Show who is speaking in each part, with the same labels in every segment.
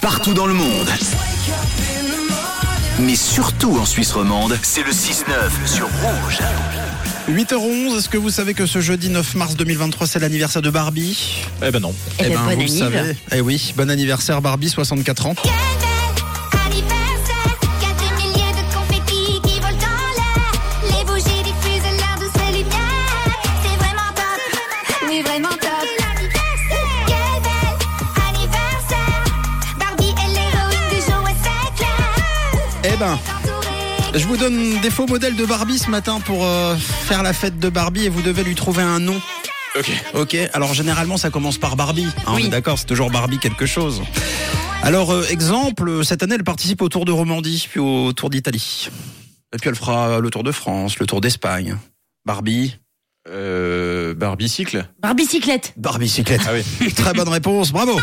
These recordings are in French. Speaker 1: partout dans le monde. Mais surtout en Suisse romande, c'est le 6-9 sur Rouge.
Speaker 2: 8h11, est-ce que vous savez que ce jeudi 9 mars 2023, c'est l'anniversaire de Barbie
Speaker 3: Eh ben non.
Speaker 4: Eh ben, bon
Speaker 2: vous le
Speaker 4: anniv.
Speaker 2: savez. Eh oui, bon anniversaire Barbie, 64 ans.
Speaker 5: Anniversaire, il y a des milliers de confettis qui volent dans l'air. Les bougies diffusent l'air de ces lumières. C'est vraiment top, oui vraiment top. Quel bel anniversaire. Barbie est l'héroïne du jour, ouais, c'est clair.
Speaker 2: Eh ben,
Speaker 5: Entourée
Speaker 2: je vous donne des faux modèles de Barbie ce matin pour euh, faire la fête de Barbie et vous devez lui trouver un nom.
Speaker 3: Ok.
Speaker 2: Ok, alors généralement ça commence par Barbie. hein, On est d'accord, c'est toujours Barbie quelque chose. Alors, euh, exemple, euh, cette année elle participe au Tour de Romandie, puis au Tour d'Italie. Et puis elle fera le Tour de France, le Tour d'Espagne. Barbie.
Speaker 3: Euh, barbicycle
Speaker 4: Barbicyclette.
Speaker 2: Barbicyclette.
Speaker 3: Ah oui.
Speaker 2: Très bonne réponse, bravo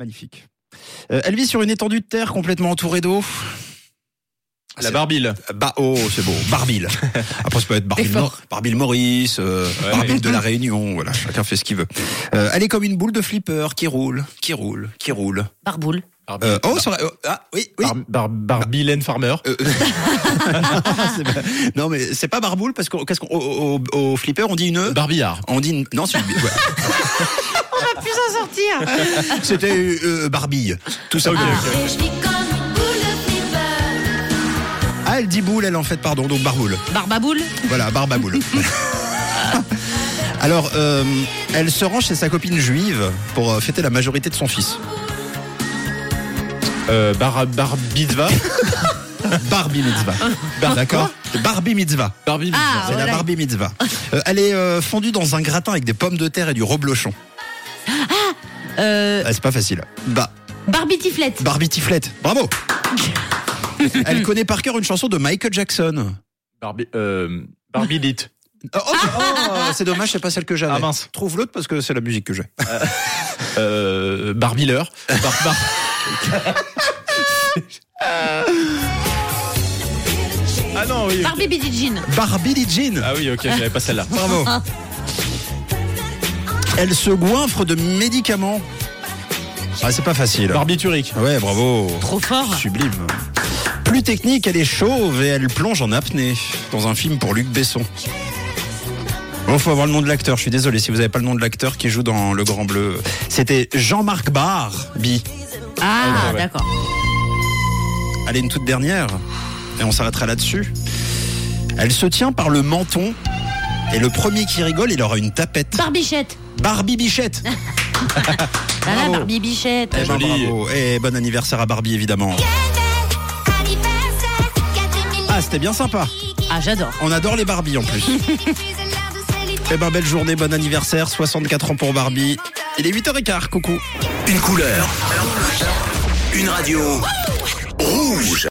Speaker 2: Magnifique. Euh, elle vit sur une étendue de terre complètement entourée d'eau.
Speaker 3: La barbille.
Speaker 2: Bah oh, c'est beau. Barbille. Après, ça peut être Barbille,
Speaker 4: Effort.
Speaker 2: Nor- Barbille Maurice, euh,
Speaker 3: Ouais.
Speaker 2: Barbille de la Réunion. Voilà, chacun fait ce qu'il veut. Euh, elle est comme une boule de flipper qui roule, qui roule, qui roule.
Speaker 4: Barboule.
Speaker 2: Euh, oh, sur la- euh, ah oui, oui.
Speaker 3: Bar- bar- Barbie Lane Farmer.
Speaker 2: Euh, c'est pas- non mais c'est pas barboule parce qu'on qu'est-ce qu'on au, au- au flipper on dit une
Speaker 3: euh, Barbillard.
Speaker 2: on dit une- non c'est une- ouais.
Speaker 4: Plus s'en sortir.
Speaker 2: c'était euh, euh, barbille tout ça
Speaker 4: Ah.
Speaker 5: Et je vis comme une boule de flipper.
Speaker 2: ah elle dit boule elle en fait pardon donc barboule
Speaker 4: Barbaboule.
Speaker 2: Voilà, barbaboule. Alors, euh, elle se rend chez sa copine juive pour euh, fêter la majorité de son fils.
Speaker 3: Euh, bar Barbidva.
Speaker 2: Barbie mitzvah. D'accord Barbie mitzvah.
Speaker 3: Barbie
Speaker 4: Ah,
Speaker 2: C'est la
Speaker 4: voilà.
Speaker 2: Barbie mitzvah. Euh, elle est euh, fondue dans un gratin avec des pommes de terre et du reblochon.
Speaker 4: Euh,
Speaker 2: Ah, c'est pas facile. Bah,
Speaker 4: barbitiflette.
Speaker 2: Barbie tiflette. Bravo Elle connaît par cœur une chanson de Michael Jackson.
Speaker 3: Barbie. Euh, Barbie Lit.
Speaker 2: Oh, oh, oh, c'est dommage, c'est pas celle que j'avais.
Speaker 3: Ah, mince.
Speaker 2: Trouve l'autre parce que c'est la musique que j'ai.
Speaker 3: Euh, Barbie Leur. Bar- bar- ah non, oui.
Speaker 4: Barbie Biddy Jean.
Speaker 2: Barbie Lee Jean.
Speaker 3: Ah oui, ok, j'avais pas celle-là.
Speaker 2: Bravo. Elle se goinfre de médicaments. Ah, c'est pas facile.
Speaker 3: Barbiturique.
Speaker 2: Ouais, bravo.
Speaker 4: Trop fort.
Speaker 2: Sublime. Plus technique, elle est chauve et elle plonge en apnée dans un film pour Luc Besson. Bon, faut avoir le nom de l'acteur. Je suis désolé si vous n'avez pas le nom de l'acteur qui joue dans Le Grand Bleu. C'était Jean-Marc Barr, Bi.
Speaker 4: Ah,
Speaker 3: ouais.
Speaker 4: d'accord.
Speaker 2: Allez, une toute dernière. Et on s'arrêtera là-dessus. Elle se tient par le menton. Et le premier qui rigole, il aura une tapette.
Speaker 4: Barbichette.
Speaker 2: Barbie Bichette.
Speaker 4: Voilà,
Speaker 2: Bravo.
Speaker 4: Barbie Bichette.
Speaker 2: Eh ben,
Speaker 3: Joli.
Speaker 2: bravo. Et bon anniversaire à Barbie, évidemment.
Speaker 5: Anniversaire, il y a des milliers
Speaker 2: Ah, c'était bien sympa.
Speaker 4: Ah, j'adore.
Speaker 2: On adore les Barbies en plus.
Speaker 5: qui diffusent l'air de ces lumières.
Speaker 2: Eh ben, belle journée, bon anniversaire. 64 ans pour Barbie. Il est 8h15, coucou.
Speaker 1: Une couleur. Une radio. Rouge.